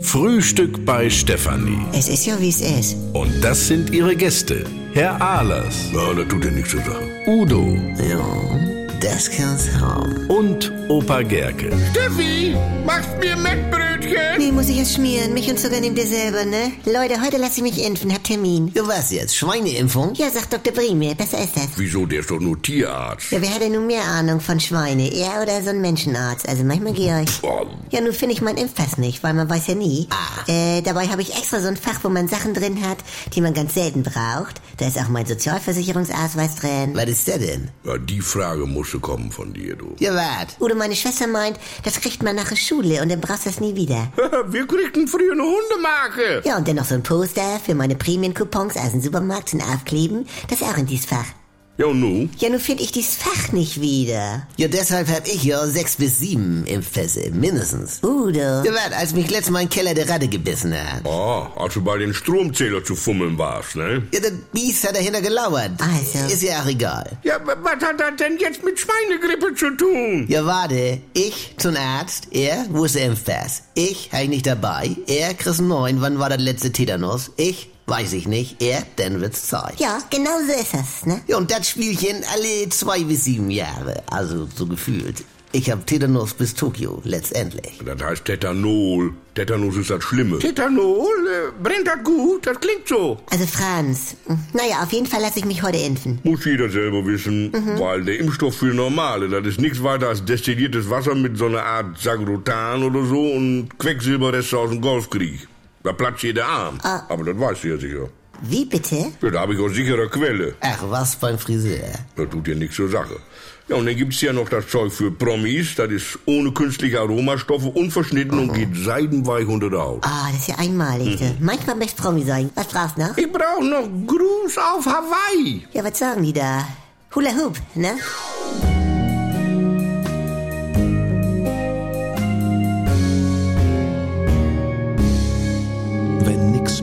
Frühstück bei Stefanie. Es ist ja, wie es ist. Und das sind ihre Gäste. Herr Ahlers, Ja, das tut ja nichts zur Sache. Udo Ja, das kann's haben. und Opa Gerke. Steffi, machst mir Mettbrötchen? Nee, muss ich jetzt schmieren. Mich und Zucker nehmt ihr selber, ne? Leute, heute lasse ich mich impfen. Hab Termin. Ja, was jetzt? Schweineimpfung? Ja, sagt Dr. Brime. Besser ist das. Wieso, der ist doch nur Tierarzt. Ja, wer hat denn nun mehr Ahnung von Schweine? Er oder so ein Menschenarzt? Also manchmal Georg. Oh, Ja, nun finde ich meinen Impfpass nicht, weil man weiß ja nie. Äh, dabei habe ich extra so ein Fach, wo man Sachen drin hat, die man ganz selten braucht. Da ist auch mein Sozialversicherungsausweis drin. Was ist der denn? ja, die Frage musste kommen von dir, du. Ja, wat? Oder meine Schwester meint, das kriegt man nach der Schule und dann brauchst du das nie wieder. Wir kriegten früher eine Hundemarke. Ja, und dann noch so ein Poster für meine Prämien-Coupons aus dem Supermarkt zum Aufkleben. Das ist auch in dieses Fach. Ja, und nu? Ja, nun finde ich dieses Fach nicht wieder. Ja, deshalb hab ich ja sechs bis sieben Impfpässe, mindestens. Udo. Ja, wat? Als mich letztes Mal ein Keller der Ratte gebissen hat. Ah, als du bei den Stromzähler zu fummeln warst, ne? Ja, das Biest hat dahinter gelauert. Also. Ah, Ist ja auch egal. Ja, wa- was hat das denn jetzt mit Schweinegrippe zu tun? Ja, warte. Ich zum Arzt, er, wo ist der Impfpass? Ich, hab ich nicht dabei. Er, Chris 9, wann war das letzte Tetanus? Ich, weiß ich nicht. Er, dann wird's Zeit. Ja, genau so ist das, ne? Ja, und das Spielchen alle zwei bis sieben Jahre. Also, so gefühlt. Ich hab Tetanus bis Tokio, letztendlich. Das heißt Tetanol. Tetanus ist das Schlimme. Tetanol, äh, brennt das gut? Das klingt so. Also Franz, hm, naja, auf jeden Fall lasse ich mich heute impfen. Muss jeder selber wissen, Mhm. weil der Impfstoff für Normale, das ist nichts weiter als destilliertes Wasser mit so einer Art Sagrotan oder so und Quecksilberreste aus dem Golfkrieg. Da platzt jeder Arm. Ah. Aber das weißt du ja sicher. Wie bitte? Ja, da habe ich aus sicherer Quelle. Ach, was beim Friseur. Das tut dir nichts zur Sache. Ja, und dann gibt's ja noch das Zeug für Promis. Das ist ohne künstliche Aromastoffe, unverschnitten und geht seidenweich unter der Haut. Ah, das ist ja einmalig. du. Manchmal möchte ich Promi sein. Was brauchst du noch? Ich brauch noch Gruß auf Hawaii. Ja, was sagen die da? Hula Hoop, ne? Wenn nichts